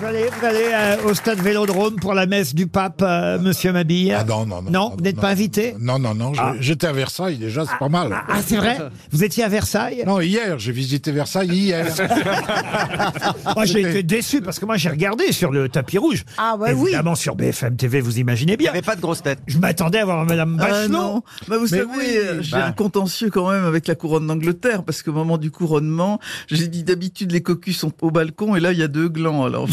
Vous allez, vous allez euh, au stade Vélodrome pour la messe du pape, euh, monsieur Mabille Ah non, non, non. Non, vous n'êtes pas invité Non, non, non. je- Ah. J'étais à Versailles déjà, c'est pas mal. Ah, c'est vrai Vous étiez à Versailles Non, hier, j'ai visité Versailles hier. Moi, j'ai Ah, C'était- été déçu parce que moi, j'ai regardé sur le tapis rouge. Ah, ouais, oui. Évidemment, sur BFM TV, vous imaginez bien. Il n'y avait pas de grosse tête. Je m'attendais à voir Madame Ah Bachelot. non, bah vous Mais savez, oui. euh, j'ai Bah. un contentieux quand même avec la couronne d'Angleterre, parce qu'au moment du couronnement, j'ai dit d'habitude les cocus sont au balcon, et là il y a deux glands. Alors,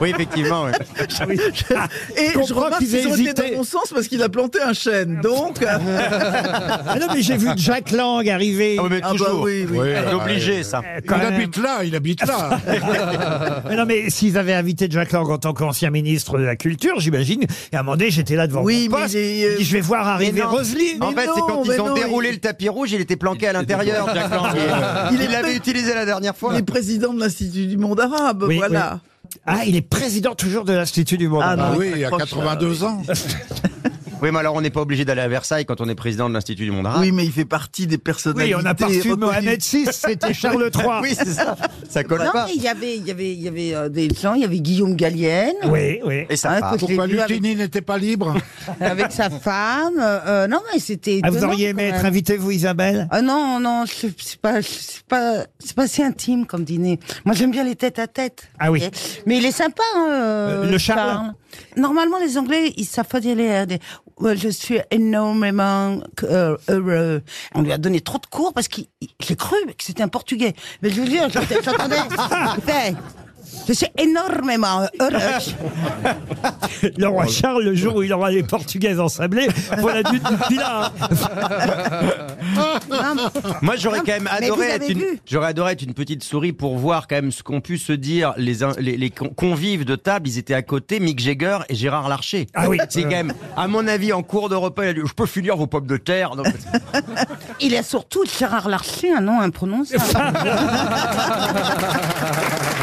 Oui, effectivement. oui. Ah, et comprends je remarque qu'ils bah, aient qu'ils ont été hésité. dans mon sens parce qu'il a planté un chêne. Donc, euh, Ah non, mais j'ai vu Jack Lang arriver. Eh, Ah, oui, mais ah bah toujours. oui, oui. Oui, C'est ah, obligé, oui. ça. Il Quand même. Ah, habite là, il habite là. Mais non, mais s'ils avaient invité Jack Lang en tant qu'ancien ministre de la Culture, j'imagine. Et à un moment donné, j'étais là devant Oui, mon mais poste. j'ai, je dis, euh, je vais voir arriver non. Roselyne. En Mais fait, c'est non, quand mais ils ont non, déroulé il- le tapis rouge, il était planqué à l'intérieur. Jack Lang. Il Il est- l'avait utilisé la dernière fois. Il est président de l'Institut du monde arabe, Oui, voilà. Ah, il est président toujours de l'Institut du Monde. Ah, Ah non. oui, il a 82 ans. Oui, mais alors on n'est pas obligé d'aller à Versailles quand on est président de l'Institut du Monde Arabe. Oui, mais il fait partie des personnalités. Oui, on a pas reçu reconnues. Mohamed VI, c'était Charles III. Oui, c'est ça. Ça colle Non, pas. mais il y avait, il y avait, il y avait euh, des gens. Il y avait Guillaume Gallienne Oui, oui. Et ça Hein, part. que je l'ai Pourquoi vu avec, Lutini n'était pas libre avec sa femme. euh, euh, non, mais c'était. Ah, vous étonnant, auriez quand aimé même. être invité, vous, Isabelle Ah non, non, c'est c'est pas, c'est pas, c'est pas si intime comme dîner. Moi, j'aime bien les têtes à tête. Ah oui. Mais il est sympa, hein, euh, Euh, le Charles. Normalement, les Anglais, ils savent pas dire les, euh, des- Ouais, je suis énormément euh, heureux. On lui a donné trop de cours parce qu'il, il- j'ai cru que c'était un Portugais. Mais je vous jure, j'entendais- j'entendais. Je suis énormément heureux. Le roi Charles, le jour où il aura les Portugaises ensablées pour la nuit du Pilat. Non, Moi, j'aurais quand même Mais adoré vous être avez une, vu. j'aurais adoré être une petite souris pour voir quand même ce qu'ont pu se dire les, uns- les, les con- convives de table. Ils étaient à côté, Mick Jagger et Gérard Larcher. Ah oui. C'est quand même, à mon avis, en cours de repas, il a dit, je peux finir vos pommes de terre. Non, mais- Il a surtout Gérard Larcher, un nom imprononçable.